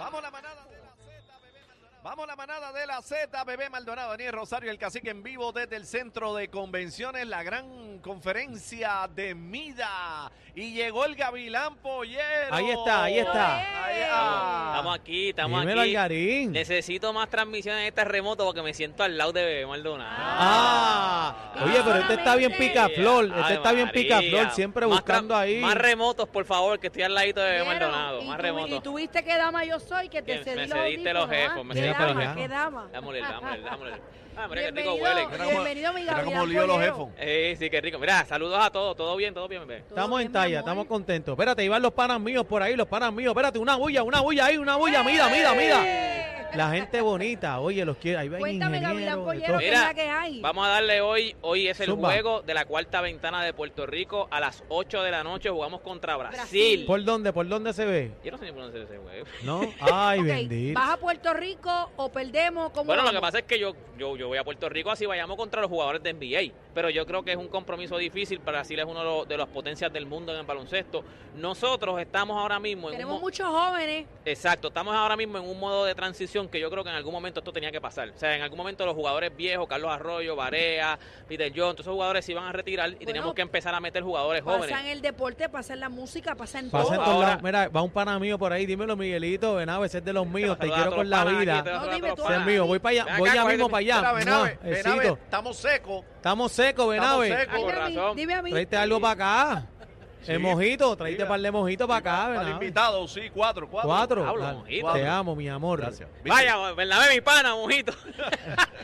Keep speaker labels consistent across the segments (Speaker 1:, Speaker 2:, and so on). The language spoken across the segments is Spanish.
Speaker 1: Vamos la manada de la Z, bebé Maldonado. Vamos la manada de la Z, bebé Maldonado, Daniel Rosario, el cacique en vivo desde el centro de convenciones, la gran conferencia de Mida. Y llegó el Gavilán Pollero.
Speaker 2: Ahí está, ahí está.
Speaker 1: Ahí ah. está.
Speaker 3: Estamos
Speaker 4: Ah.
Speaker 3: aquí, estamos
Speaker 2: Dímelo,
Speaker 3: aquí.
Speaker 2: Algarín.
Speaker 3: Necesito más transmisiones en este remoto porque me siento al lado de Bebé Maldonado.
Speaker 2: Ah, oye, pero este está bien picaflor. Este
Speaker 3: Ave
Speaker 2: está bien
Speaker 3: María.
Speaker 2: picaflor, siempre
Speaker 3: Más
Speaker 2: buscando
Speaker 3: tra-
Speaker 2: ahí.
Speaker 3: Más remotos, por favor, que estoy al ladito de Bebé
Speaker 4: Vieron,
Speaker 3: Maldonado.
Speaker 4: y
Speaker 3: Más
Speaker 4: tú- Y
Speaker 3: remotos.
Speaker 4: tuviste que dama yo soy, que te
Speaker 3: Que me
Speaker 4: cedí
Speaker 3: cediste los
Speaker 4: audífonos, ¿ah?
Speaker 3: jefos, me
Speaker 4: ¿Qué
Speaker 2: cediste los
Speaker 4: dama?
Speaker 2: jefos.
Speaker 4: ¿Qué dama?
Speaker 3: Dámole, dámole, dámole. Ah, mira que rico
Speaker 4: Bienvenido,
Speaker 3: huele.
Speaker 1: Mira cómo-
Speaker 4: bienvenido, mi
Speaker 1: Mira cómo
Speaker 4: Gavilán
Speaker 1: olió los
Speaker 4: Pollero.
Speaker 1: jefes.
Speaker 3: Eh, sí, qué rico. Mira, saludos a todos. Todo bien, todo bien, bebé.
Speaker 4: Todo
Speaker 2: Estamos
Speaker 4: bien,
Speaker 2: en
Speaker 4: mi
Speaker 2: talla,
Speaker 4: amor.
Speaker 2: estamos contentos. Espérate, ahí van los panas míos por ahí, los panas míos. Espérate, una bulla, una bulla ahí, una bulla. Mira, mira, mira. La gente bonita, oye, los quiero. Ahí van
Speaker 4: Cuéntame, Gavilán
Speaker 2: ingenieros. de
Speaker 4: Pollero,
Speaker 2: todo.
Speaker 4: ¿qué es la que hay?
Speaker 3: Vamos a darle hoy, hoy es el
Speaker 2: Zumba.
Speaker 3: juego de la cuarta ventana de Puerto Rico. A las 8 de la noche jugamos contra Brasil.
Speaker 2: ¿Por dónde? ¿Por dónde se ve?
Speaker 3: Yo no sé ni por dónde se ese juego.
Speaker 2: ¿No? Ay,
Speaker 4: Ok,
Speaker 2: bendito.
Speaker 4: ¿Vas a Puerto Rico o perdemos? ¿Cómo
Speaker 3: Bueno, lo que
Speaker 4: vamos?
Speaker 3: pasa es que yo, yo, yo voy a Puerto Rico así vayamos contra los jugadores de NBA, pero yo creo que es un compromiso difícil. Brasil es uno de, los- de las potencias del mundo en el baloncesto. Nosotros estamos ahora mismo en un
Speaker 4: Tenemos
Speaker 3: mo-
Speaker 4: muchos jóvenes.
Speaker 3: exacto, estamos ahora mismo en un modo de transición que yo creo que en algún momento esto tenía que pasar. O sea, en algún momento los jugadores viejos, Carlos Arroyo, Barea, Peter John, todos esos jugadores se iban a retirar y teníamos que empezar a meter jugadores jóvenes.
Speaker 4: Pasan el deporte, pasan la música, pasan
Speaker 2: Pasa en
Speaker 4: todo.
Speaker 2: todos
Speaker 3: Ahora-
Speaker 2: lados. Mira, va un pana mío por ahí. Dímelo, Miguelito, Venado, ese es de los míos. Te
Speaker 3: Saluda a
Speaker 2: quiero
Speaker 3: todos
Speaker 2: con
Speaker 3: los
Speaker 2: la
Speaker 3: panas aquí,
Speaker 2: vida.
Speaker 3: te
Speaker 4: No,
Speaker 3: saluda a todos
Speaker 4: dime
Speaker 3: los
Speaker 4: tú.
Speaker 2: Ese es
Speaker 3: panas.
Speaker 2: mío. Voy para
Speaker 3: Ven
Speaker 2: allá,
Speaker 3: acá,
Speaker 2: voy ya
Speaker 3: cógete
Speaker 2: mismo
Speaker 3: mi-
Speaker 2: para
Speaker 1: Mira,
Speaker 2: allá.
Speaker 1: Benave,
Speaker 2: Mua,
Speaker 1: Benave,
Speaker 2: besito.
Speaker 1: estamos secos.
Speaker 2: Estamos secos,
Speaker 1: Estamos
Speaker 2: Benave.
Speaker 1: secos.
Speaker 4: Ay,
Speaker 3: Con
Speaker 4: dime a mí,
Speaker 3: razón.
Speaker 4: Dime a mí.
Speaker 2: Traíste algo para acá.
Speaker 1: Sí.
Speaker 2: El mojito, traíste
Speaker 1: Mira.
Speaker 2: par de mojitos para acá,
Speaker 1: Para
Speaker 2: Benave.
Speaker 1: invitados, sí, cuatro, cuatro.
Speaker 2: Cuatro.
Speaker 3: Hablo,
Speaker 2: Dale.
Speaker 3: mojito.
Speaker 2: Te amo, mi amor.
Speaker 1: Gracias. ¿Viste?
Speaker 3: Vaya, Bernabé, mi pana, mojito.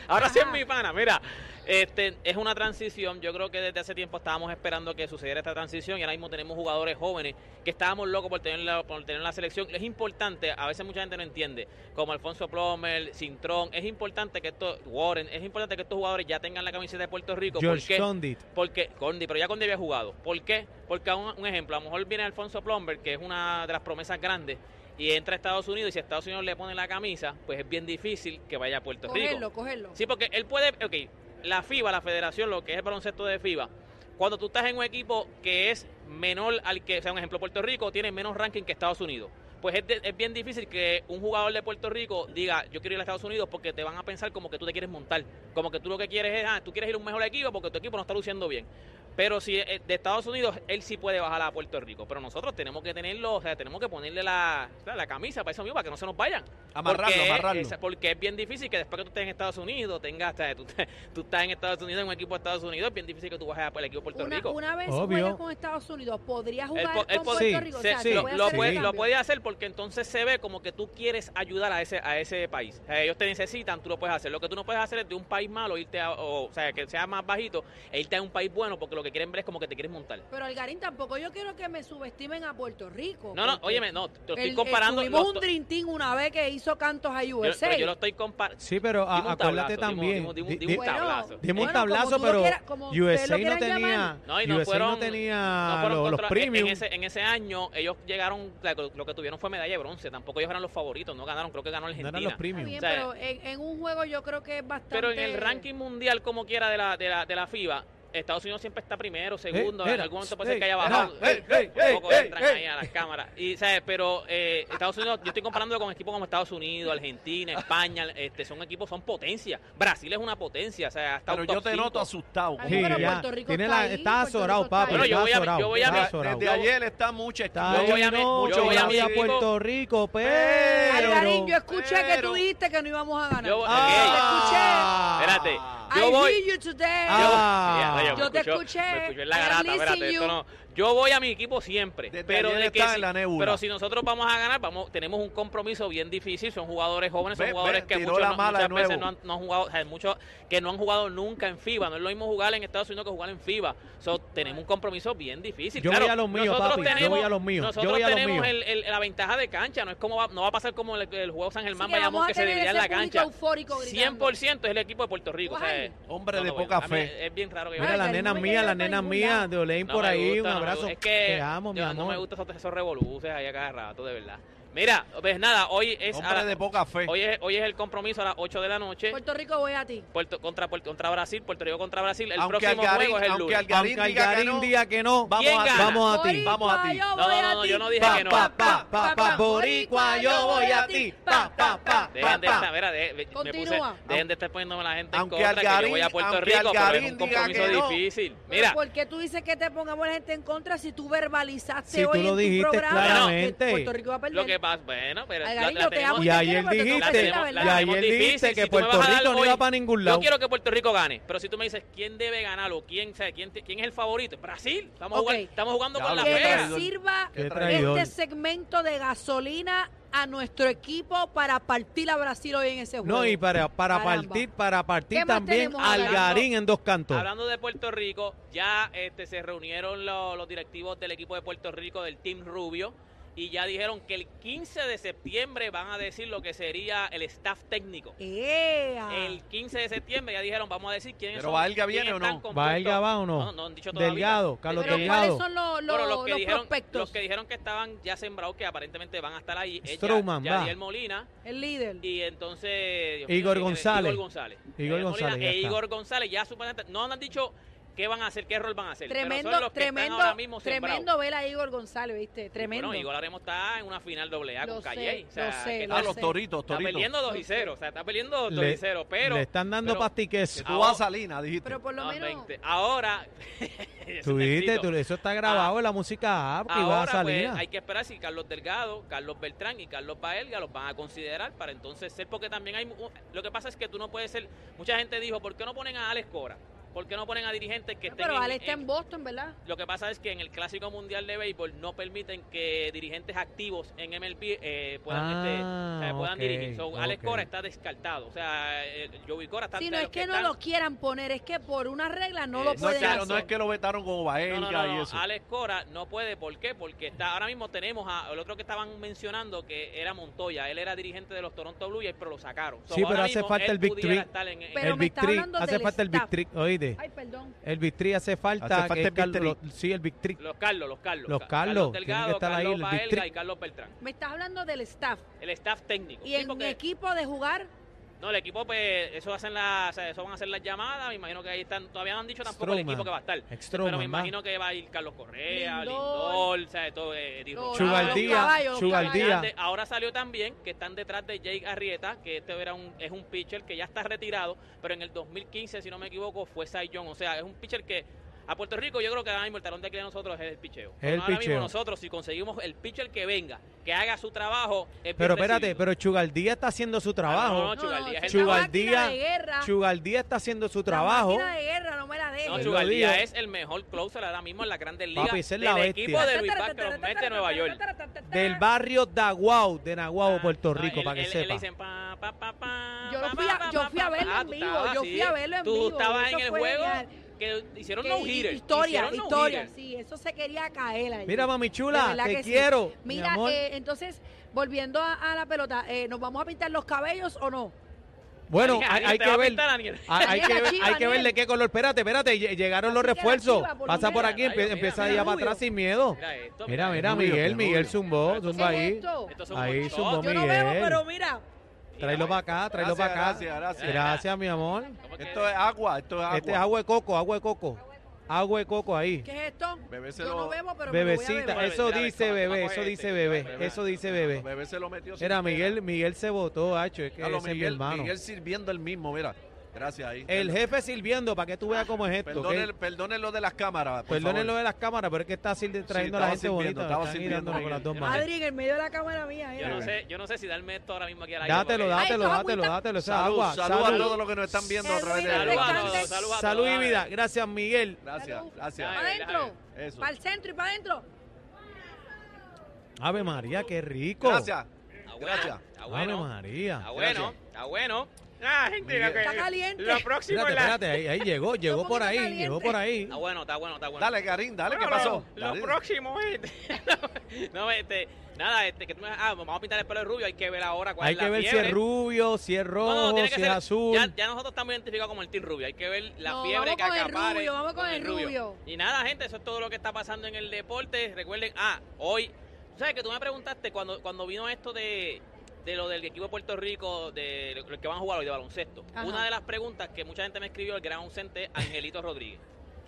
Speaker 3: Ahora sí es
Speaker 4: Ajá.
Speaker 3: mi pana. Mira, este, es una transición. Yo creo que desde hace tiempo estábamos esperando que sucediera esta transición y ahora mismo tenemos jugadores jóvenes que estábamos locos por tener la, por tener la selección. Es importante, a veces mucha gente no entiende, como Alfonso Plomer, Cintrón, es importante que estos, Warren, es importante que estos jugadores ya tengan la camiseta de Puerto Rico.
Speaker 2: George
Speaker 3: porque
Speaker 2: Condit.
Speaker 3: porque Condi, pero ya Condi había jugado. ¿Por qué? Porque un, un ejemplo, a lo mejor viene Alfonso Plumber, que es una de las promesas grandes, y entra a Estados Unidos, y si a Estados Unidos le pone la camisa, pues es bien difícil que vaya a Puerto
Speaker 4: Cogerlo,
Speaker 3: Rico.
Speaker 4: cogerlo.
Speaker 3: Sí, porque él puede, ok, la FIBA, la federación, lo que es el baloncesto de FIBA, cuando tú estás en un equipo que es menor al que, o sea, un ejemplo, Puerto Rico tiene menos ranking que Estados Unidos. Pues es, de- es bien difícil que un jugador de Puerto Rico diga, yo quiero ir a Estados Unidos porque te van a pensar como que tú te quieres montar. Como que tú lo que quieres es, ah, tú quieres ir a un mejor equipo porque tu equipo no está luciendo bien. Pero si eh, de Estados Unidos, él sí puede bajar a Puerto Rico. Pero nosotros tenemos que tenerlo, o sea, tenemos que ponerle la, la, la camisa para eso mismo, para que no se nos vayan.
Speaker 1: Amarrarlo,
Speaker 3: Porque es-
Speaker 1: amarrarlo.
Speaker 3: esa- porque es bien difícil que después que tú estés en Estados Unidos, tengas, o sea, tú, te- tú estás en Estados Unidos, en un equipo de Estados Unidos, es bien difícil que tú bajes al equipo de Puerto
Speaker 4: Una,
Speaker 3: Rico.
Speaker 4: una vez
Speaker 2: Obvio.
Speaker 4: juegas con Estados Unidos, ¿podría
Speaker 3: Él
Speaker 4: jugar
Speaker 3: po- él
Speaker 4: con
Speaker 3: po-
Speaker 4: Puerto
Speaker 2: Sí,
Speaker 4: Rico?
Speaker 3: se-
Speaker 4: o sea,
Speaker 2: sí,
Speaker 4: se
Speaker 3: lo,
Speaker 4: puede
Speaker 3: lo
Speaker 4: hacer
Speaker 3: puede,
Speaker 4: el
Speaker 3: lo
Speaker 4: cambio.
Speaker 3: puede hacer porque entonces se ve como que tú quieres ayudar a ese a ese país. O sea, ellos te necesitan, tú lo puedes hacer. Lo que tú no puedes hacer es de un país malo irte a, o, o sea, que sea más bajito e irte a un país bueno porque lo que quieren ver es como que te quieres montar.
Speaker 4: Pero Algarín, tampoco yo quiero que me subestimen a Puerto Rico.
Speaker 3: No, no,
Speaker 4: porque
Speaker 3: óyeme, no, te lo
Speaker 4: el-
Speaker 3: estoy
Speaker 4: el-
Speaker 3: comparando. lo
Speaker 4: Tuvimos un
Speaker 3: estoy-
Speaker 4: drintín una vez que hizo cantos a
Speaker 3: yo,
Speaker 4: USA.
Speaker 3: pero yo lo estoy comparando.
Speaker 2: Sí, pero a- acuérdate también. di- di-
Speaker 4: Bueno,
Speaker 3: tablazo.
Speaker 2: Dime un
Speaker 4: Bueno, como
Speaker 2: tablazo,
Speaker 4: tú lo
Speaker 2: pero
Speaker 4: quieras- como ustedes
Speaker 2: USA
Speaker 4: lo
Speaker 2: no
Speaker 4: quieran
Speaker 2: tenía,
Speaker 4: llamar.
Speaker 3: No, y no
Speaker 2: USA
Speaker 3: fueron-
Speaker 2: no tenía
Speaker 3: No fueron
Speaker 2: los, los
Speaker 3: contra- en-
Speaker 2: premium.
Speaker 3: En ese, en ese año ellos llegaron, la- lo que tuvieron fue medalla de bronce, tampoco ellos eran los favoritos, no ganaron, creo que ganó
Speaker 2: no
Speaker 3: Argentina.
Speaker 2: eran los
Speaker 4: Está
Speaker 2: premium.
Speaker 4: bien,
Speaker 3: O sea,
Speaker 4: pero en, en un juego yo creo que es bastante...
Speaker 3: Pero en el ranking mundial, como quiera, de la, de la, de la FIBA, Estados Unidos siempre está primero, segundo,
Speaker 2: Eh,
Speaker 3: en
Speaker 2: era,
Speaker 3: algún
Speaker 2: ps,
Speaker 3: momento puede ser que
Speaker 2: eh,
Speaker 3: haya
Speaker 2: era,
Speaker 3: bajado.
Speaker 2: eh, eh,
Speaker 3: Tampoco
Speaker 2: eh,
Speaker 3: entran
Speaker 2: eh,
Speaker 3: ahí a las cámaras. Y, ¿sabes? Pero eh, Estados Unidos, yo estoy comparándolo con equipos como Estados Unidos, Argentina, España, este, son equipos, son potencias. Brasil es una potencia, o sea, hasta
Speaker 1: Pero yo te noto asustado.
Speaker 4: Ay,
Speaker 2: Sí,
Speaker 4: pero
Speaker 2: ya.
Speaker 4: Puerto Rico
Speaker 2: Tiene
Speaker 4: está
Speaker 2: la-
Speaker 4: ahí,
Speaker 2: está
Speaker 4: Puerto
Speaker 2: azorado,
Speaker 4: Rico está
Speaker 2: papi.
Speaker 4: ahí.
Speaker 3: Bueno, yo
Speaker 2: está
Speaker 3: voy a-
Speaker 2: azorado,
Speaker 3: yo voy a
Speaker 2: está
Speaker 3: mi-
Speaker 1: Ah,
Speaker 2: azorado.
Speaker 1: Desde ayer está mucha
Speaker 2: Está
Speaker 3: Yo voy a
Speaker 2: bien,
Speaker 3: mi-
Speaker 2: no,
Speaker 3: yo voy a mi
Speaker 2: a
Speaker 3: equipo.
Speaker 2: Puerto Rico, pero...
Speaker 4: Algarín, yo escuché que
Speaker 1: pero-
Speaker 4: tú dijiste que no íbamos a ganar.
Speaker 3: Yo-
Speaker 2: Ah.
Speaker 3: Espérate,
Speaker 4: I
Speaker 3: yo voy.
Speaker 4: hear you today.
Speaker 2: Ah.
Speaker 3: Ya, oye, me
Speaker 4: Yo te escuché.
Speaker 3: Me escuchó en la
Speaker 4: I am
Speaker 3: garata, espérate,
Speaker 4: listening
Speaker 3: esto
Speaker 4: you.
Speaker 3: no. Yo voy a mi equipo siempre.
Speaker 1: Desde
Speaker 3: pero
Speaker 1: ayer
Speaker 3: de que
Speaker 1: está
Speaker 3: si-
Speaker 1: en la nébula.
Speaker 3: Pero si nosotros vamos a ganar, vamos, tenemos un compromiso bien difícil. Son jugadores jóvenes, son
Speaker 1: Ve,
Speaker 3: jugadores
Speaker 1: ve,
Speaker 3: que
Speaker 1: tiró
Speaker 3: muchos
Speaker 1: la
Speaker 3: no-
Speaker 1: mala de
Speaker 3: muchas
Speaker 1: nuevo.
Speaker 3: veces no han, no han jugado, o sea, muchos que no han jugado nunca en FIBA. No es lo mismo jugar en Estados Unidos que jugar en FIBA. So, tenemos un compromiso bien difícil.
Speaker 2: Yo
Speaker 3: Claro,
Speaker 2: voy a los míos,
Speaker 3: nosotros
Speaker 2: papi, yo
Speaker 3: tenemos-
Speaker 2: voy a los míos, yo
Speaker 3: Nosotros
Speaker 2: voy a los
Speaker 3: tenemos
Speaker 2: míos.
Speaker 3: el- el- la ventaja de cancha. No es como va- no va a pasar como el, el juego San Germán
Speaker 4: Así que
Speaker 3: Bayamón
Speaker 4: vamos a
Speaker 3: que se
Speaker 4: tener
Speaker 3: dividía en
Speaker 4: ese
Speaker 3: la
Speaker 4: público
Speaker 3: cancha.
Speaker 4: eufórico gritando.
Speaker 3: 100% es el equipo de Puerto Rico. o sea,
Speaker 4: Guay.
Speaker 1: Hombre
Speaker 3: no
Speaker 1: de
Speaker 3: lo veo.
Speaker 1: poca
Speaker 3: A mí
Speaker 1: fe.
Speaker 3: Es bien raro que
Speaker 2: Mira,
Speaker 4: Ay,
Speaker 2: la
Speaker 4: que
Speaker 2: nena
Speaker 4: no me
Speaker 2: mía,
Speaker 4: lleve
Speaker 2: la
Speaker 4: pa'
Speaker 2: nena
Speaker 4: ningún
Speaker 2: mía,
Speaker 4: lado.
Speaker 2: de Olein
Speaker 3: No
Speaker 2: por
Speaker 3: me
Speaker 2: ahí,
Speaker 3: gusta,
Speaker 2: un
Speaker 3: no me
Speaker 2: abrazo.
Speaker 3: gusta. Es que
Speaker 2: Te amo, mi
Speaker 3: yo-
Speaker 2: amor.
Speaker 3: No me gustan esos, esos revoluces ahí a cada rato, de verdad. Mira, pues nada, hoy es, a
Speaker 1: Hombre
Speaker 3: la-
Speaker 1: de poca fe.
Speaker 3: hoy es hoy es el compromiso a las 8 de la noche.
Speaker 4: Puerto Rico, voy a ti.
Speaker 3: Puerto- contra, Puerto- contra Brasil, Puerto Rico contra Brasil. El
Speaker 1: Aunque
Speaker 3: próximo
Speaker 1: Algarín-
Speaker 3: juego es el
Speaker 1: aunque
Speaker 3: lunes.
Speaker 1: Algarín
Speaker 2: Aunque
Speaker 1: diga que
Speaker 2: Algarín
Speaker 1: no,
Speaker 2: diga que no,
Speaker 3: ¿quién
Speaker 2: vamos a,
Speaker 3: gana?
Speaker 2: vamos a ti, vamos a ti.
Speaker 4: Boricua,
Speaker 3: No, no,
Speaker 4: voy
Speaker 3: no,
Speaker 4: a
Speaker 3: no,
Speaker 4: ti.
Speaker 3: yo no dije
Speaker 2: Pa,
Speaker 3: que no.
Speaker 2: pa, pa, pa, pa, boricua, yo voy a ti. Pa, pa, pa, pa,
Speaker 3: Dejen de estar,
Speaker 2: pa.
Speaker 3: mira, de- me puse-
Speaker 4: Continúa.
Speaker 3: dejen de estar poniéndome la gente
Speaker 1: Aunque
Speaker 3: en contra, que
Speaker 1: Algarín-
Speaker 3: yo voy a Puerto
Speaker 1: aunque
Speaker 3: Rico, pero es
Speaker 1: Algarín
Speaker 3: un
Speaker 1: diga
Speaker 3: compromiso
Speaker 1: que no.
Speaker 3: difícil.
Speaker 4: Pero
Speaker 3: Mira,
Speaker 4: ¿Por qué tú dices que te pongamos la gente en contra si tú verbalizaste
Speaker 2: Si tú
Speaker 4: hoy
Speaker 2: lo
Speaker 4: en
Speaker 2: dijiste
Speaker 4: tu programa que
Speaker 2: claramente.
Speaker 4: Puerto Rico va a perder?
Speaker 3: lo que pasa, bueno, pero la, la
Speaker 4: Algarín, yo te amo
Speaker 3: tenemos,
Speaker 2: Y
Speaker 4: te
Speaker 2: ayer
Speaker 4: quiero, pero tengo que
Speaker 2: dijiste,
Speaker 4: decir la
Speaker 2: y
Speaker 4: verdad.
Speaker 2: ayer
Speaker 3: tenemos
Speaker 2: dijiste
Speaker 3: difícil.
Speaker 2: que
Speaker 3: Si tú me
Speaker 2: Puerto
Speaker 3: vas a dar
Speaker 2: Rico no
Speaker 3: hoy-
Speaker 2: iba para ningún
Speaker 3: yo
Speaker 2: lado.
Speaker 3: quiero que Puerto Rico gane, pero si tú me dices quién debe ganar o quién, o sea, quién, te- quién es el favorito, Brasil. Estamos,
Speaker 4: Ok.
Speaker 3: jugando, estamos jugando
Speaker 1: Ya
Speaker 3: con la
Speaker 1: lo
Speaker 4: Que
Speaker 3: pera.
Speaker 1: traidor.
Speaker 4: sirva
Speaker 2: Qué traidor.
Speaker 4: este segmento de gasolina a nuestro equipo para partir a Brasil hoy en ese juego.
Speaker 2: No, y para, para
Speaker 4: Caramba.
Speaker 2: partir, para
Speaker 4: ¿Qué
Speaker 2: partir
Speaker 4: más
Speaker 2: también
Speaker 4: tenemos hablando?
Speaker 2: Algarín en dos cantos.
Speaker 3: Hablando de Puerto Rico, ya este, se reunieron lo- los directivos del equipo de Puerto Rico, del Team Rubio, y ya dijeron que el 15 de septiembre van a decir lo que sería el staff técnico.
Speaker 4: ¡Ea!
Speaker 3: El 15 de septiembre ya dijeron, vamos a decir quiénes
Speaker 1: Pero
Speaker 3: son.
Speaker 1: Valga
Speaker 3: quiénes
Speaker 1: viene o
Speaker 3: están
Speaker 1: no?
Speaker 3: compuestos.
Speaker 2: ¿Valga va o no?
Speaker 3: No, no han dicho todavía.
Speaker 2: Delgado, Carlos
Speaker 4: Pero
Speaker 2: Delgado.
Speaker 4: ¿cuáles son los, los,
Speaker 3: Bueno, los que
Speaker 4: los
Speaker 3: dijeron,
Speaker 4: prospectos?
Speaker 3: los que dijeron que estaban ya sembrados, que aparentemente van a estar ahí. es Ya-
Speaker 2: Strowman, va.
Speaker 3: Yadiel Molina.
Speaker 4: El líder.
Speaker 3: Y entonces. Dios
Speaker 2: Igor
Speaker 3: ¿quién es?
Speaker 2: González.
Speaker 3: Igor González.
Speaker 2: Igor
Speaker 3: Yadier
Speaker 2: González,
Speaker 3: Molina
Speaker 2: ya
Speaker 3: e
Speaker 2: está.
Speaker 3: Igor González ya supuestamente. No han dicho qué van a hacer, qué rol van a hacer. pero son
Speaker 4: tremendo,
Speaker 3: los que están
Speaker 4: tremendo,
Speaker 3: ahora mismo sembrados.
Speaker 4: tremendo vela a Igor González, ¿viste? Tremendo.
Speaker 3: Bueno, Igor ahora mismo está en una final doble A
Speaker 4: Lo
Speaker 3: con
Speaker 4: sé,
Speaker 3: Calle. O sea,
Speaker 4: lo sé,
Speaker 3: que
Speaker 4: lo
Speaker 3: está,
Speaker 1: Ah,
Speaker 4: sé.
Speaker 1: los toritos,
Speaker 3: está
Speaker 1: toritos.
Speaker 3: perdiendo 2 y 0. O sea, está perdiendo 2
Speaker 2: Le-
Speaker 3: y 0. Pero.
Speaker 2: Le están dando
Speaker 3: pero-
Speaker 2: pastiques.
Speaker 1: Tú vas a Salinas, dijiste.
Speaker 4: Pero por lo
Speaker 3: Ah,
Speaker 4: menos...
Speaker 3: 20. Ahora.
Speaker 2: Tú
Speaker 3: eso está
Speaker 2: dijiste,
Speaker 3: escrito.
Speaker 2: tú- eso está grabado en la música app que iba a
Speaker 3: Ah. Ahora
Speaker 2: salir.
Speaker 3: pues, hay que esperar si Carlos Delgado, Carlos Beltrán y Carlos Baelga los van a considerar para entonces ser, porque también hay, mu- lo que pasa es que tú no puedes ser, mucha gente dijo, ¿por qué no ponen a Alex Cora? ¿Por qué no ponen a dirigentes que
Speaker 4: Ah,
Speaker 3: estén
Speaker 4: pero
Speaker 3: este en-
Speaker 4: Ale está
Speaker 3: en-
Speaker 4: en Boston, ¿verdad?
Speaker 3: Lo que pasa es que en el Clásico Mundial de Béisbol no permiten que dirigentes activos en MLB eh, puedan, este, o sea,
Speaker 2: Ah,
Speaker 3: puedan
Speaker 2: ok,
Speaker 3: dirigir. So, Alex
Speaker 2: ok.
Speaker 3: Cora está descartado, o sea, eh, Joey Cora está
Speaker 4: Si no
Speaker 3: entre
Speaker 4: es
Speaker 3: los
Speaker 4: que no
Speaker 3: están-
Speaker 4: lo quieran poner, es que por una regla no
Speaker 3: Eh,
Speaker 4: lo
Speaker 1: No es,
Speaker 4: pueden
Speaker 1: que,
Speaker 3: ya
Speaker 4: hacer.
Speaker 3: lo-
Speaker 1: no es que lo vetaron como
Speaker 3: No,
Speaker 1: Baelga
Speaker 3: no, no,
Speaker 1: y
Speaker 3: no, Ah,
Speaker 1: eso.
Speaker 3: Alex Cora no puede, ¿por qué? Porque está, ahora mismo tenemos a- al otro que estaban mencionando que era Montoya, él era dirigente de los Toronto Blue Jays, pero lo sacaron.
Speaker 2: Sí, pero
Speaker 3: ahora
Speaker 2: hace
Speaker 3: mismo
Speaker 2: falta
Speaker 3: él
Speaker 2: el Big
Speaker 3: pudiera
Speaker 2: Three.
Speaker 3: estar en- en-
Speaker 4: Pero
Speaker 2: el
Speaker 4: me
Speaker 2: Big
Speaker 4: está
Speaker 2: Trick,
Speaker 4: hablando
Speaker 2: hace
Speaker 4: del
Speaker 2: falta el Big
Speaker 4: staff.
Speaker 2: Trick, oíste.
Speaker 4: Ay, perdón.
Speaker 2: El Big Trick hace falta.
Speaker 1: falta
Speaker 2: que
Speaker 1: el Big
Speaker 2: Carlos-
Speaker 1: Trick.
Speaker 2: lo- sí, el Big Trick.
Speaker 3: los Carlos, los Carlos.
Speaker 2: Los
Speaker 3: Ca-
Speaker 2: Carlos, tienen que
Speaker 3: Delgado,
Speaker 2: estar ahí,
Speaker 3: Carlos
Speaker 2: el Big
Speaker 3: Baelga
Speaker 2: Three.
Speaker 3: y Carlos Beltrán.
Speaker 4: Me estás hablando del staff.
Speaker 3: El staff técnico.
Speaker 4: Y
Speaker 3: Sí,
Speaker 4: en
Speaker 3: porque-
Speaker 4: equipo de jugar,
Speaker 3: No, el equipo, pues, eso, hacen la, o sea, eso van a hacer las llamadas, me imagino que ahí están, todavía no han dicho tampoco el
Speaker 2: Stroman.
Speaker 3: equipo que va a estar.
Speaker 2: Stroman,
Speaker 3: pero
Speaker 2: va.
Speaker 3: me imagino que va a ir Carlos Correa,
Speaker 4: Lindor.
Speaker 3: Lindor, o sea, todo, eh, Eddie
Speaker 4: Los-
Speaker 3: Rosario.
Speaker 4: Chugaldía, los caballos,
Speaker 2: Chugaldía,
Speaker 4: los
Speaker 2: Chugaldía.
Speaker 3: Grande. Ahora salió también que están detrás de Jake Arrieta, que este era un, es un pitcher que ya está retirado, pero en el 2015, si no me equivoco, fue Cy Young. O sea, es un pitcher que a Puerto Rico yo creo que ahora mismo el talón de Aquiles de nosotros es el picheo.
Speaker 2: Es el
Speaker 3: ahora
Speaker 2: picheo.
Speaker 3: mismo nosotros, si conseguimos el pitcher que venga, que haga su trabajo, es bien
Speaker 2: Pero espérate,
Speaker 3: recibido.
Speaker 2: pero Chugaldía está haciendo su
Speaker 3: no,
Speaker 4: Ah,
Speaker 2: trabajo.
Speaker 3: no, Chugaldía es el-
Speaker 2: Chugaldía,
Speaker 4: una máquina de guerra.
Speaker 2: Chugaldía está haciendo su
Speaker 4: una
Speaker 2: trabajo.
Speaker 4: máquina de guerra, no me la
Speaker 3: No,
Speaker 2: Él
Speaker 4: dejes.
Speaker 2: lo
Speaker 3: Chugaldía
Speaker 2: dijo.
Speaker 3: es el mejor closer ahora mismo en la Grandes Ligas.
Speaker 2: Papi, esa es
Speaker 3: del
Speaker 2: la
Speaker 3: equipo
Speaker 2: bestia.
Speaker 3: de Luis Vázquez, los Mets de Nueva York.
Speaker 2: Del barrio Daguau, de Naguabo,
Speaker 3: Ah,
Speaker 2: Puerto
Speaker 3: no,
Speaker 2: Rico,
Speaker 3: él-
Speaker 2: para que
Speaker 3: él- él le
Speaker 2: sepa.
Speaker 3: dicen pa, pa, pa, pa,
Speaker 4: Yo lo
Speaker 3: pa,
Speaker 4: fui
Speaker 3: pa,
Speaker 4: a, yo
Speaker 3: pa,
Speaker 4: fui a
Speaker 3: pa,
Speaker 4: verlo
Speaker 3: pa. Ah,
Speaker 4: en
Speaker 3: tú
Speaker 4: vivo,
Speaker 3: estabas,
Speaker 4: yo
Speaker 3: sí.
Speaker 4: fui a verlo en
Speaker 3: Tú
Speaker 4: vivo.
Speaker 3: estabas
Speaker 4: eso
Speaker 3: en el
Speaker 4: fue
Speaker 3: juego
Speaker 4: genial.
Speaker 3: que hicieron
Speaker 4: Que
Speaker 3: no hitter.
Speaker 4: Historia,
Speaker 3: hicieron no
Speaker 4: historia,
Speaker 3: hitter.
Speaker 4: sí, eso se quería caer ahí.
Speaker 2: Mira, mami
Speaker 4: De
Speaker 2: chula,
Speaker 4: verdad
Speaker 2: te
Speaker 4: que sí.
Speaker 2: quiero. mi
Speaker 4: Mira,
Speaker 2: amor.
Speaker 4: eh, entonces, volviendo a, a la pelota, eh, ¿nos vamos a pintar los cabellos o no?
Speaker 2: bueno,
Speaker 3: Daniel,
Speaker 2: hay,
Speaker 3: ¿te
Speaker 2: hay
Speaker 3: va
Speaker 2: que
Speaker 3: a
Speaker 2: ver.
Speaker 3: pintar, Daniel?
Speaker 2: Hay, hay
Speaker 4: Daniel,
Speaker 2: que,
Speaker 4: la
Speaker 2: ver-
Speaker 4: chiva,
Speaker 2: hay que ver de
Speaker 4: Daniel.
Speaker 2: qué color. Espérate, espérate. lle- Llegaron los
Speaker 4: Así que la
Speaker 2: refuerzos.
Speaker 4: chiva, por
Speaker 2: Pasa
Speaker 4: favía.
Speaker 2: por aquí, empe-
Speaker 3: Mira,
Speaker 2: empieza
Speaker 3: mira,
Speaker 2: allá para
Speaker 4: Rubio.
Speaker 2: atrás sin miedo.
Speaker 3: Mira esto,
Speaker 2: Mira, mira,
Speaker 1: Rubio,
Speaker 2: Miguel,
Speaker 1: qué
Speaker 2: Miguel
Speaker 1: rubio.
Speaker 2: zumbó, zumba
Speaker 4: ¿Qué es
Speaker 2: ahí.
Speaker 4: esto?
Speaker 3: Estos son
Speaker 2: Ahí
Speaker 3: unos
Speaker 2: zumbó
Speaker 4: Yo
Speaker 3: tontos.
Speaker 4: no veo,
Speaker 2: Miguel.
Speaker 4: pero mira.
Speaker 2: Tráelo para acá, tráelo para
Speaker 1: Gracias,
Speaker 2: acá.
Speaker 1: gracias, gracias.
Speaker 2: Gracias, mi amor.
Speaker 3: ¿Cómo que-
Speaker 1: Esto es agua, esto es agua.
Speaker 2: Este es agua de coco, agua de coco. Agua de coco ahí.
Speaker 4: ¿Qué es esto?
Speaker 1: Bebéselo.
Speaker 4: Yo no bebo, pero me lo voy a
Speaker 2: Bebecita,
Speaker 4: beber.
Speaker 3: beber.
Speaker 2: eso
Speaker 3: Mira,
Speaker 2: dice
Speaker 3: Alexandra,
Speaker 2: bebé,
Speaker 3: ¿cómo
Speaker 2: eso
Speaker 3: es
Speaker 2: dice
Speaker 3: este?
Speaker 2: bebé,
Speaker 3: Mira,
Speaker 2: eso dice bebé.
Speaker 1: Bebé se lo metió. sin
Speaker 2: Era
Speaker 1: pena.
Speaker 2: Miguel, Miguel se votó, hacho, es que
Speaker 1: Mira lo
Speaker 2: ese es mi
Speaker 1: Miguel-
Speaker 2: hermano.
Speaker 1: Miguel sirviendo el mismo, mira. Gracias ahí.
Speaker 2: El jefe sirviendo, para que tú veas cómo es esto. ¿ok?
Speaker 1: Perdone, perdone lo de las cámaras. por
Speaker 2: Perdónen
Speaker 1: favor.
Speaker 2: lo de las cámaras, pero es que está sirvi- trayendo a
Speaker 1: estaba
Speaker 2: la gente
Speaker 1: sirviendo,
Speaker 2: bonita.
Speaker 1: estaba
Speaker 2: están
Speaker 1: sirviendo,
Speaker 2: girándonos con las dos
Speaker 3: Miguel.
Speaker 2: manos.
Speaker 4: Adri, en el medio de la cámara mía.
Speaker 3: Yo
Speaker 4: mira.
Speaker 3: no sé, yo no sé si darme esto ahora mismo aquí al aire.
Speaker 2: Dátelo,
Speaker 3: porque-
Speaker 4: Ay,
Speaker 2: dátelo,
Speaker 4: esa
Speaker 2: dátelo,
Speaker 4: agüita.
Speaker 2: dátelo. Esa
Speaker 1: Salud,
Speaker 2: agua.
Speaker 1: salud, a todos los que nos están viendo a
Speaker 4: Salud,
Speaker 1: través de
Speaker 4: salud a
Speaker 1: redes.
Speaker 4: todos,
Speaker 3: salud a todos.
Speaker 2: Salud y
Speaker 3: dale.
Speaker 2: vida. Gracias, Miguel.
Speaker 1: Gracias,
Speaker 4: Salud.
Speaker 1: gracias.
Speaker 4: Para
Speaker 3: Ay,
Speaker 4: adentro,
Speaker 1: Eso.
Speaker 4: para el centro y para adentro.
Speaker 2: Ave María, qué rico.
Speaker 1: Gracias.
Speaker 3: Está
Speaker 1: Gracias.
Speaker 3: bueno, está
Speaker 2: Ave
Speaker 3: bueno,
Speaker 2: María.
Speaker 3: está bueno, está bueno. Ah, gente,
Speaker 1: Miguel.
Speaker 3: lo que-
Speaker 4: Está caliente.
Speaker 3: Lo próximo
Speaker 2: Espérate,
Speaker 3: es la-
Speaker 2: espérate, ahí, ahí llegó, llegó
Speaker 4: poquito
Speaker 2: por ahí,
Speaker 4: caliente.
Speaker 2: llegó por ahí.
Speaker 3: Está bueno, está bueno, está bueno.
Speaker 1: Dale, Karim, dale, ¿qué
Speaker 3: Bueno,
Speaker 1: pasó?
Speaker 3: Lo,
Speaker 1: Dale.
Speaker 3: lo próximo es. no, este. Nada, este. Que tú me, ah, vamos a pintar el pelo de rubio. Hay que ver ahora cuál
Speaker 2: Hay
Speaker 3: es la
Speaker 2: que ver si
Speaker 3: fiebre.
Speaker 2: es rubio, si es rojo,
Speaker 3: No, no, tiene que
Speaker 2: si es
Speaker 3: ser-
Speaker 2: azul.
Speaker 3: Ya, ya nosotros estamos identificados como el Team Rubio. Hay que ver la
Speaker 4: No,
Speaker 3: fiebre
Speaker 4: vamos
Speaker 3: que
Speaker 4: con el
Speaker 3: acapare.
Speaker 4: rubio, vamos con el rubio.
Speaker 3: Y nada, gente, eso es todo lo que está pasando en el deporte. Recuerden, ah, hoy ¿Sabes que tú me preguntaste cuando, cuando vino esto de, de lo del equipo de Puerto Rico, de lo- lo que van a jugar hoy de baloncesto?
Speaker 4: Ajá.
Speaker 3: Una de las preguntas que mucha gente me escribió, el gran ausente Angelito Rodríguez,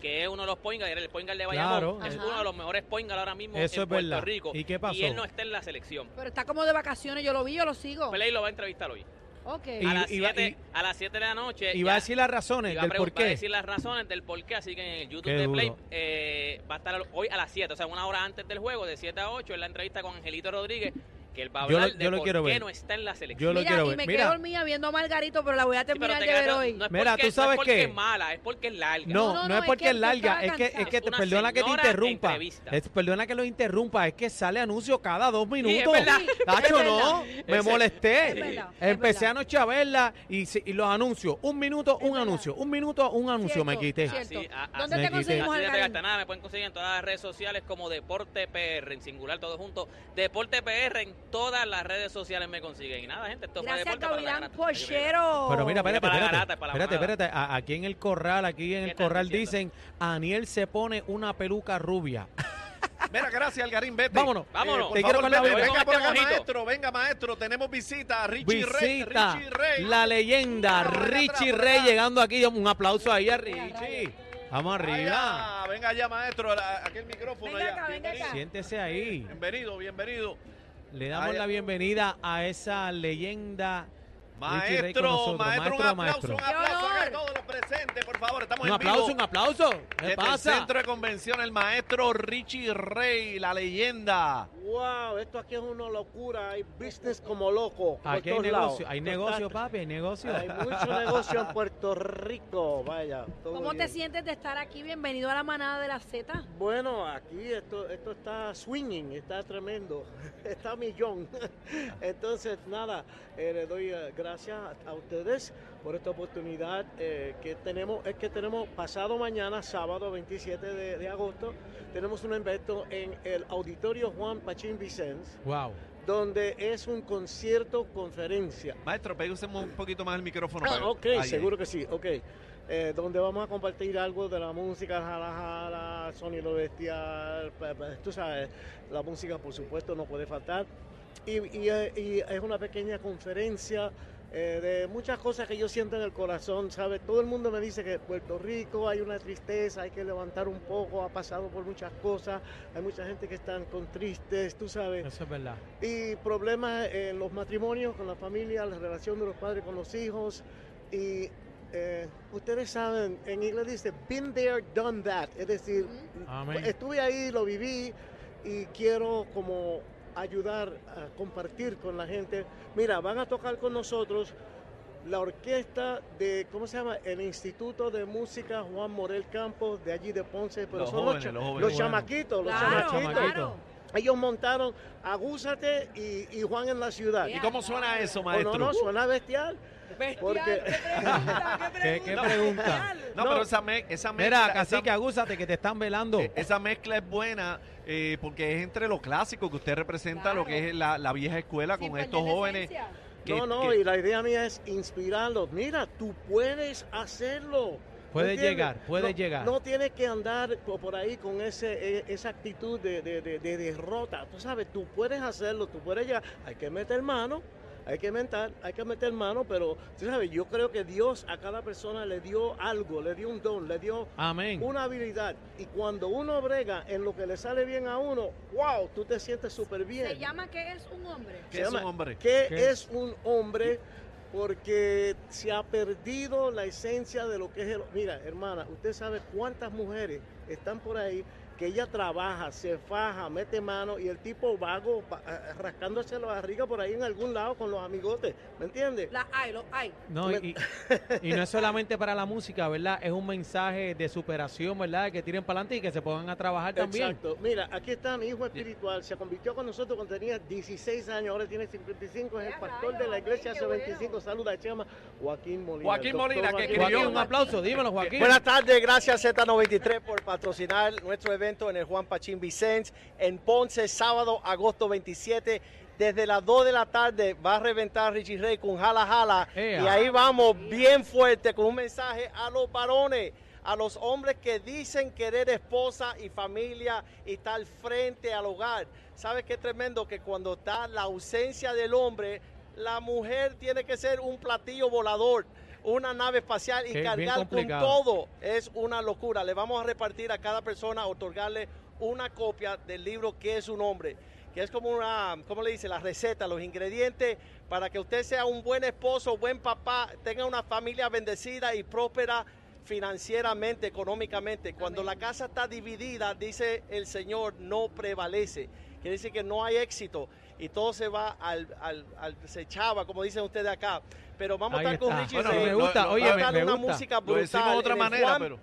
Speaker 3: que es uno de los point guard, era el point guard de Bayamón,
Speaker 2: Claro.
Speaker 3: es
Speaker 4: Ajá.
Speaker 3: uno de los mejores point guard ahora mismo
Speaker 2: Eso
Speaker 3: en
Speaker 2: es
Speaker 3: Puerto
Speaker 2: verdad.
Speaker 3: Rico.
Speaker 2: ¿Y qué pasó?
Speaker 3: Y él no está en la selección.
Speaker 4: Pero está como de vacaciones, yo lo vi, yo lo sigo.
Speaker 3: Pelé lo va a entrevistar hoy.
Speaker 4: Ok.
Speaker 2: Y-
Speaker 3: A las
Speaker 2: y va-
Speaker 3: 7
Speaker 2: y-
Speaker 3: a las siete de la noche.
Speaker 2: Y va a
Speaker 3: Eh, ya-
Speaker 2: decir las razones
Speaker 3: y va a
Speaker 2: del
Speaker 3: pregun-
Speaker 2: por
Speaker 3: va a
Speaker 2: qué.
Speaker 3: decir las razones del por qué, así que en el YouTube
Speaker 2: Qué
Speaker 3: de Play
Speaker 2: duro.
Speaker 3: eh, va a estar hoy a las 7, o sea, una hora antes del juego, de 7 a 8, en la entrevista con Angelito Rodríguez, que él va a
Speaker 2: Yo lo-
Speaker 3: hablar de
Speaker 2: yo lo
Speaker 3: por
Speaker 2: quiero
Speaker 3: qué
Speaker 2: ver.
Speaker 3: no está en la
Speaker 2: Yo
Speaker 3: selección.
Speaker 2: lo
Speaker 4: Mira,
Speaker 2: quiero
Speaker 4: y
Speaker 2: ver.
Speaker 4: me
Speaker 2: Mira.
Speaker 4: quedo dormida viendo a Margarito, pero la voy a
Speaker 3: Sí, pero
Speaker 4: terminar
Speaker 3: te
Speaker 4: de
Speaker 3: quedas-
Speaker 4: ver
Speaker 3: no-
Speaker 4: hoy.
Speaker 3: No, es
Speaker 2: Mira,
Speaker 3: porque,
Speaker 2: tú sabes
Speaker 3: no es porque
Speaker 2: que-
Speaker 3: es mala, es porque es larga.
Speaker 2: No,
Speaker 4: No,
Speaker 2: no,
Speaker 4: no,
Speaker 2: es
Speaker 4: es
Speaker 2: porque
Speaker 4: que
Speaker 2: es
Speaker 4: yo
Speaker 2: larga, es
Speaker 4: estaba
Speaker 2: que, es que
Speaker 3: cansada.
Speaker 2: te,
Speaker 3: Una
Speaker 2: perdona que te
Speaker 3: señora
Speaker 2: interrumpa.
Speaker 3: entrevista.
Speaker 2: Es, perdona que lo interrumpa, es que sale anuncio cada dos minutos.
Speaker 3: verdad.
Speaker 2: Tacho,
Speaker 4: Es
Speaker 2: no,
Speaker 4: verdad.
Speaker 2: me
Speaker 3: Ese-
Speaker 2: molesté.
Speaker 4: Es verdad, es
Speaker 2: Empecé
Speaker 4: verdad.
Speaker 2: anoche a verla y, se- y los anuncios, un minuto, un
Speaker 4: verdad.
Speaker 2: anuncio, un minuto, un anuncio, me
Speaker 4: Cierto,
Speaker 2: quité.
Speaker 4: cierto.
Speaker 3: Así, a-
Speaker 2: así.
Speaker 4: ¿Dónde te
Speaker 2: Me quité.
Speaker 4: conseguimos
Speaker 3: Así
Speaker 4: al
Speaker 3: no te gasta nada, me pueden conseguir en todas las redes sociales como Deporte PR, en singular todo junto. Deporte PR en todas las redes sociales me consiguen. Y nada, gente, esto fue
Speaker 4: Gracias,
Speaker 3: Deporte para la
Speaker 4: Gavilán
Speaker 3: Garata.
Speaker 4: Pochero.
Speaker 2: Pero mira,
Speaker 3: Mira
Speaker 2: espérate,
Speaker 3: para la
Speaker 2: espérate,
Speaker 3: garata, para la
Speaker 2: espérate,
Speaker 3: manada.
Speaker 2: espérate. A- Aquí en el corral, aquí en
Speaker 3: ¿Qué
Speaker 2: el
Speaker 3: están
Speaker 2: corral dicen,
Speaker 3: diciendo?
Speaker 2: Aniel se pone una peluca rubia.
Speaker 1: Mira, gracias, Algarín, vete. Eh,
Speaker 2: Vámonos.
Speaker 3: Vámonos.
Speaker 1: por
Speaker 2: Te quiero
Speaker 1: favor,
Speaker 2: con la
Speaker 1: vete,
Speaker 2: vida.
Speaker 1: Venga
Speaker 3: Voy con
Speaker 1: por
Speaker 3: este
Speaker 1: acá,
Speaker 3: mojito.
Speaker 1: maestro, venga, maestro. Tenemos visita a Richie Rey.
Speaker 2: Visita
Speaker 1: Richie Rey.
Speaker 2: la leyenda
Speaker 1: Mira, ven
Speaker 2: Richie
Speaker 1: atrás,
Speaker 2: Rey
Speaker 1: ven.
Speaker 2: llegando aquí. Un aplauso ahí a
Speaker 4: Mira,
Speaker 2: Richie. Vamos arriba.
Speaker 1: Allá, venga allá, maestro, la- aquel micrófono
Speaker 4: Venga
Speaker 1: allá.
Speaker 4: acá, venga
Speaker 1: bienvenido.
Speaker 4: acá.
Speaker 2: Siéntese ahí.
Speaker 1: Bienvenido, bienvenido.
Speaker 2: Le damos
Speaker 1: Allá.
Speaker 2: la bienvenida a esa leyenda. Richie Rey
Speaker 1: Maestro,
Speaker 2: con nosotros.
Speaker 1: maestro, un
Speaker 2: Maestro,
Speaker 1: aplauso,
Speaker 2: maestro.
Speaker 1: un aplauso acá a
Speaker 4: ¡Qué honor!
Speaker 1: todos los presentes, por favor. Estamos
Speaker 2: Un
Speaker 1: en vivo.
Speaker 2: aplauso, un aplauso. ¿Qué
Speaker 1: desde el
Speaker 2: pasa?
Speaker 1: centro de convención, el maestro Richie Rey, la leyenda.
Speaker 5: Wow, esto aquí es una locura. Hay business como loco. por
Speaker 2: Aquí hay
Speaker 5: todos lados.
Speaker 2: negocio, hay
Speaker 5: Total,
Speaker 2: negocio, papi, hay negocio.
Speaker 5: Hay mucho negocio en Puerto Rico. Vaya. todo
Speaker 4: ¿Cómo te
Speaker 5: bien.
Speaker 4: sientes de estar aquí? Bienvenido a la manada de la Z.
Speaker 5: Bueno, aquí esto, esto está swinging, está tremendo, está millón. Entonces, nada, eh, le doy eh, gracias a, a ustedes por esta oportunidad eh, que tenemos. Es que tenemos pasado mañana, sábado 27 de, de agosto, tenemos un evento en el Auditorio Juan Pachín Vicens,
Speaker 2: Wow.
Speaker 5: donde es un concierto conferencia.
Speaker 1: Maestro, péguse un poquito más el micrófono.
Speaker 5: Ah,
Speaker 1: para-
Speaker 5: ok,
Speaker 1: ahí,
Speaker 5: seguro que sí, ok. Eh, donde vamos a compartir algo de la música, jala, jala, sonido bestial, pa, pa, tú sabes, la música por supuesto no puede faltar. Y, y, eh, y es una pequeña conferencia eh, de muchas cosas que yo siento en el corazón, ¿sabes? Todo el mundo me dice que en Puerto Rico hay una tristeza, hay que levantar un poco, ha pasado por muchas cosas, hay mucha gente que están con tristes, tú sabes
Speaker 2: Eso es verdad.
Speaker 5: y problemas en los matrimonios, con la familia, la relación de los padres con los hijos. Y eh, ustedes saben, en inglés dice, been there, done that. Es decir, pues,
Speaker 2: Amén.
Speaker 5: estuve ahí, lo viví y quiero como ayudar a compartir con la gente. Mira, van a tocar con nosotros la orquesta de, ¿cómo se llama? El Instituto de Música Juan Morel Campos, de allí de Ponce, pero
Speaker 1: Los
Speaker 5: son
Speaker 1: jóvenes,
Speaker 5: los, cha-
Speaker 1: los jóvenes.
Speaker 5: los
Speaker 2: Bueno.
Speaker 5: chamaquitos, los
Speaker 4: Claro,
Speaker 5: chamaquitos.
Speaker 4: claro.
Speaker 5: Ellos montaron Agúzate y, y Juan en la ciudad.
Speaker 1: ¿Y cómo suena eso,
Speaker 5: Oh,
Speaker 1: maestro?
Speaker 5: no, no, suena bestial.
Speaker 4: Bestial,
Speaker 5: Porque-
Speaker 4: qué pregunta,
Speaker 2: ¿Qué, qué pregunta?
Speaker 1: No,
Speaker 5: no.
Speaker 1: pero esa, me- esa mezcla.
Speaker 2: Mira,
Speaker 1: esa-
Speaker 2: cacique, agúzate que te están velando.
Speaker 1: Eh, Esa mezcla es buena eh, porque es entre lo clásico que usted representa,
Speaker 4: Claro.
Speaker 1: lo que es la, la vieja escuela
Speaker 4: Sin
Speaker 1: con estos
Speaker 4: perder la
Speaker 1: jóvenes.
Speaker 4: esencia.
Speaker 1: que-
Speaker 5: no, no,
Speaker 1: que-
Speaker 5: y la idea mía es inspirarlos. Mira, tú puedes hacerlo.
Speaker 2: Puedes
Speaker 5: ¿Entiendes?
Speaker 2: llegar, puedes
Speaker 5: No-
Speaker 2: llegar.
Speaker 5: No tienes que andar po- por ahí con ese, e- esa actitud de, de- de- de derrota. Tú sabes, tú puedes hacerlo, tú puedes llegar. Hay que meter mano, hay que mentar, hay que meter mano, pero tú sabes, yo creo que Dios a cada persona le dio algo, le dio un don, le dio
Speaker 2: Amén.
Speaker 5: una habilidad. Y cuando uno brega en lo que le sale bien a uno, wow, tú te sientes súper bien.
Speaker 4: Se llama que es un hombre.
Speaker 1: que
Speaker 5: se
Speaker 1: es un
Speaker 5: llama-
Speaker 1: hombre.
Speaker 5: ¿Qué,
Speaker 2: ¿Qué?
Speaker 5: es un hombre? Porque se ha perdido la esencia de lo que es el... Mira, hermana, usted sabe cuántas mujeres están por ahí que ella trabaja, se faja, mete mano y el tipo vago pa- a- a- rascándose la barriga por ahí en algún lado con los amigotes, ¿me entiendes?
Speaker 4: La hay, lo hay.
Speaker 2: No, y, y- y no es solamente para la música, ¿verdad? Es un mensaje de superación, ¿verdad? De Que tiren para adelante y que se pongan a trabajar también.
Speaker 5: Exacto. Mira, aquí está mi hijo espiritual. Se convirtió con nosotros cuando tenía 16 años, ahora tiene 55, es el
Speaker 4: Mira,
Speaker 5: pastor
Speaker 4: rayo,
Speaker 5: de la iglesia
Speaker 4: amén, qué
Speaker 5: hace 25.
Speaker 4: bueno.
Speaker 5: Saluda a Chema, Joaquín Molina.
Speaker 1: Joaquín
Speaker 5: el doctor
Speaker 1: Molina, que
Speaker 5: Joaquín
Speaker 1: escribió
Speaker 2: Joaquín,
Speaker 5: Molina.
Speaker 2: un aplauso, dímelo, Joaquín.
Speaker 6: Buenas tardes, gracias Z93 por patrocinar nuestro evento en el Juan Pachín Vicens en Ponce, sábado, agosto 27. Desde las 2 de la tarde va a reventar Richie Rey con Jala Jala.
Speaker 2: Ea.
Speaker 6: Y ahí vamos bien fuerte con un mensaje a los varones.
Speaker 5: a los hombres que dicen querer esposa y familia y estar frente al hogar. ¿Sabes qué tremendo? Que cuando está la ausencia del hombre, la mujer tiene que ser un platillo volador, una nave espacial y
Speaker 2: Qué bien
Speaker 5: cargar con
Speaker 2: complicado.
Speaker 5: todo. Es una locura. Le vamos a repartir a cada persona, otorgarle una copia del libro que es un hombre, que es como una, ¿cómo le dice? La receta, los ingredientes para que usted sea un buen esposo, buen papá, tenga una familia bendecida y próspera financieramente, económicamente. Cuando la casa está dividida, dice el Señor, no prevalece. Quiere decir que no hay éxito y todo se va al, al, al- se echaba, como dicen ustedes acá. Pero vamos
Speaker 2: Ahí
Speaker 5: a estar con
Speaker 2: está.
Speaker 5: Richie.
Speaker 2: Bueno,
Speaker 5: Ray.
Speaker 2: me gusta,
Speaker 5: Va a
Speaker 2: oye, me-
Speaker 5: estar
Speaker 2: me
Speaker 5: una
Speaker 2: gusta.
Speaker 5: música
Speaker 1: Lo
Speaker 5: brutal.
Speaker 1: decimos de otra
Speaker 5: en el
Speaker 1: manera,
Speaker 5: Juan
Speaker 1: pero.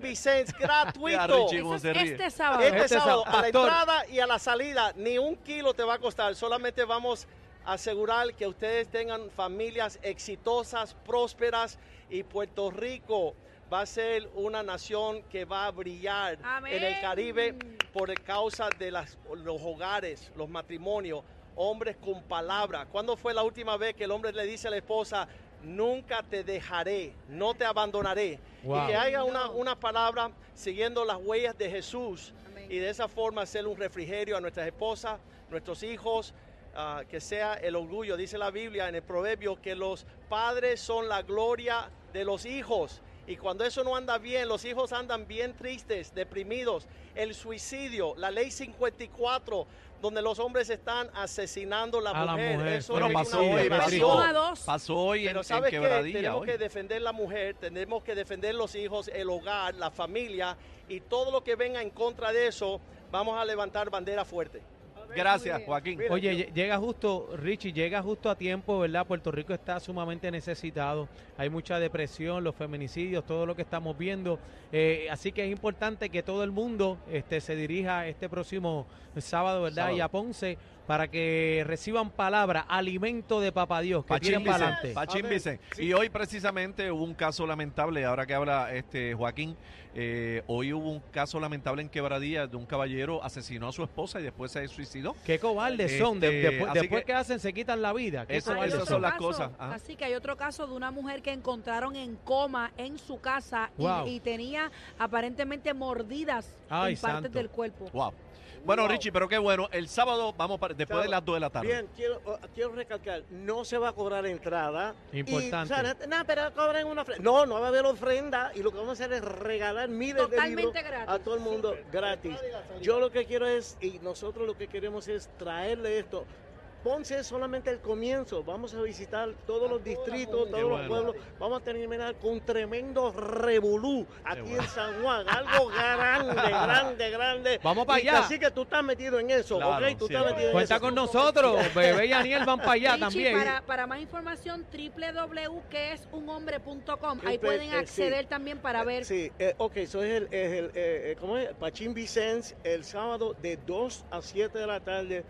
Speaker 5: Vicens,
Speaker 1: Ya,
Speaker 5: gratuito.
Speaker 1: Richie,
Speaker 4: Eso
Speaker 1: cómo
Speaker 4: es
Speaker 1: se ríe.
Speaker 4: este sábado.
Speaker 5: Este,
Speaker 2: Este sábado,
Speaker 5: sábado, a la
Speaker 2: pastor.
Speaker 5: entrada y a la salida, ni un kilo te va a costar. Solamente vamos a asegurar que ustedes tengan familias exitosas, prósperas y Puerto Rico va a ser una nación que va a brillar
Speaker 4: Amén.
Speaker 5: en el Caribe por causa de las- los hogares, los matrimonios, hombres con palabra. ¿Cuándo fue la última vez que el hombre le dice a la esposa, nunca te dejaré, no te abandonaré?
Speaker 2: Wow.
Speaker 5: Y que haya una,
Speaker 4: No.
Speaker 5: una palabra siguiendo las huellas de Jesús
Speaker 4: Amén.
Speaker 5: y de esa forma hacer un refrigerio a nuestras esposas, nuestros hijos, ah, que sea el orgullo. Dice la Biblia en el proverbio que los padres son la gloria de los hijos. Y cuando eso no anda bien, los hijos andan bien tristes, deprimidos. El suicidio, la ley 54, donde los hombres están asesinando a
Speaker 2: A
Speaker 5: la
Speaker 2: la
Speaker 5: mujer.
Speaker 2: mujer.
Speaker 5: Eso
Speaker 2: Bueno,
Speaker 5: es
Speaker 2: pasó
Speaker 5: una
Speaker 2: hoy,
Speaker 4: Pasó
Speaker 2: Patrick.
Speaker 5: aberración.
Speaker 4: uno a dos.
Speaker 1: Pasó hoy en,
Speaker 5: Pero
Speaker 1: en
Speaker 5: sabes que
Speaker 1: quebradilla.
Speaker 5: tenemos
Speaker 1: hoy.
Speaker 5: que defender la mujer, tenemos que defender los hijos, el hogar, la familia y todo lo que venga en contra de eso, vamos a levantar bandera fuerte.
Speaker 1: Gracias, Joaquín.
Speaker 5: Mira,
Speaker 2: Oye, lle- llega justo, Richie, llega justo a tiempo, ¿verdad? Puerto Rico está sumamente necesitado. Hay mucha depresión, los feminicidios, todo lo que estamos viendo. Eh, así que es importante que todo el mundo este, se dirija este próximo sábado, ¿verdad?
Speaker 1: Sábado.
Speaker 2: Y a Ponce para que reciban palabra, alimento de papá Dios, que tiren
Speaker 1: Pachín
Speaker 2: para
Speaker 1: Vicen,
Speaker 2: adelante.
Speaker 1: Pachín
Speaker 5: Amén.
Speaker 1: Vicen.
Speaker 5: Sí.
Speaker 1: Y hoy precisamente hubo un caso lamentable, ahora que habla este Joaquín, eh, hoy hubo un caso lamentable en Quebradilla de un caballero asesinó a su esposa y después se suicidó.
Speaker 2: Qué cobardes son, de-
Speaker 1: Este,
Speaker 2: después,
Speaker 1: así
Speaker 2: después
Speaker 1: que-
Speaker 2: que, hacen se quitan la vida. Qué
Speaker 1: Eso-
Speaker 4: Hay
Speaker 2: cobardes
Speaker 1: esas
Speaker 4: otro
Speaker 1: son
Speaker 2: son.
Speaker 1: las
Speaker 4: caso.
Speaker 1: cosas, ajá.
Speaker 4: Así que hay otro caso de una mujer que encontraron en coma en su casa y-
Speaker 2: Wow.
Speaker 4: y, tenía aparentemente mordidas
Speaker 2: Ay,
Speaker 4: en partes
Speaker 2: santo.
Speaker 4: del cuerpo.
Speaker 1: Wow. Bueno,
Speaker 7: Wow.
Speaker 1: Richie, pero qué bueno. El sábado vamos para, después de
Speaker 7: Sábado.
Speaker 1: las 2 de la tarde.
Speaker 7: Bien, quiero, oh, quiero recalcar, no se va a cobrar entrada.
Speaker 2: Importante.
Speaker 7: Y, o sea, no, no, pero cobren una ofrenda. No, no va a haber ofrenda y lo que vamos a hacer es regalar miles de libros
Speaker 4: Totalmente
Speaker 7: a
Speaker 4: gratis.
Speaker 7: todo el mundo gratis. Yo lo que quiero es, y nosotros lo que queremos es traerle esto. Ponce es solamente el comienzo. Vamos a visitar todos los distritos,
Speaker 1: Qué
Speaker 7: todos
Speaker 1: bueno.
Speaker 7: los pueblos. Vamos a terminar con tremendo revolú aquí
Speaker 1: bueno.
Speaker 7: en San Juan. Algo grande, grande, grande.
Speaker 2: Vamos para
Speaker 7: Y
Speaker 2: allá.
Speaker 7: Así que tú estás metido en eso,
Speaker 1: Claro,
Speaker 7: ¿ok? Tú estás
Speaker 1: sí.
Speaker 7: metido en
Speaker 2: Cuenta
Speaker 7: eso.
Speaker 2: con nosotros, bebé y Aniel van para allá
Speaker 4: Richie,
Speaker 2: también.
Speaker 4: Para, para más información, www.quesunhombre.com. Ahí
Speaker 7: Este,
Speaker 4: pueden
Speaker 7: eh,
Speaker 4: acceder
Speaker 7: sí.
Speaker 4: también para ver.
Speaker 7: Sí, eh, ok, eso es el, es el eh, eh, ¿cómo es? Pachín Vicens, el sábado de 2 a 7 de la tarde.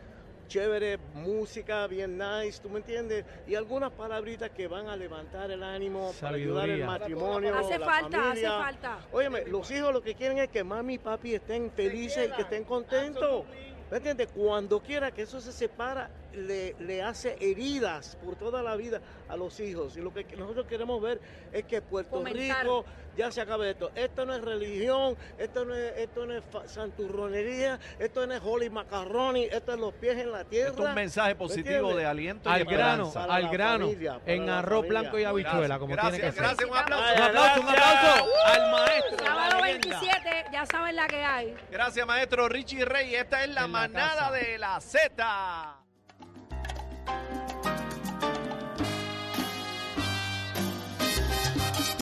Speaker 7: Chévere, música, bien nice, ¿tú me entiendes? Y algunas palabritas que van a levantar el ánimo, para ayudar el
Speaker 2: Sabiduría.
Speaker 7: matrimonio,
Speaker 4: Hace
Speaker 7: la
Speaker 4: falta, hace
Speaker 7: familia.
Speaker 4: falta.
Speaker 7: Óyeme, los hijos lo que quieren es que mami y papi estén felices y que estén contentos. ¿Me entiendes? Cuando quiera que eso se separa, le, le hace heridas por toda la vida a los hijos. Y lo que nosotros queremos ver es que Puerto
Speaker 4: Fomentar.
Speaker 7: Rico ya se acabe esto. Esto no es religión, esto no es, esto no es fa- santurronería, esto no es holy macaroni, esto es los pies en la tierra.
Speaker 1: Esto es un mensaje positivo
Speaker 7: entiendes?
Speaker 1: de aliento y
Speaker 2: al grano,
Speaker 1: esperanza.
Speaker 7: Para
Speaker 2: al
Speaker 7: la
Speaker 2: grano,
Speaker 7: familia, para
Speaker 2: en
Speaker 7: la
Speaker 2: arroz
Speaker 7: familia.
Speaker 2: blanco y habichuela, como tiene que ser.
Speaker 1: gracias, un aplauso.
Speaker 2: Un aplauso, un aplauso al maestro.
Speaker 4: Sábado
Speaker 2: la leyenda.
Speaker 4: 27, ya saben la que hay.
Speaker 1: Gracias, maestro Richie Rey. Esta es la
Speaker 2: En la
Speaker 1: manada
Speaker 2: casa.
Speaker 1: de la Z.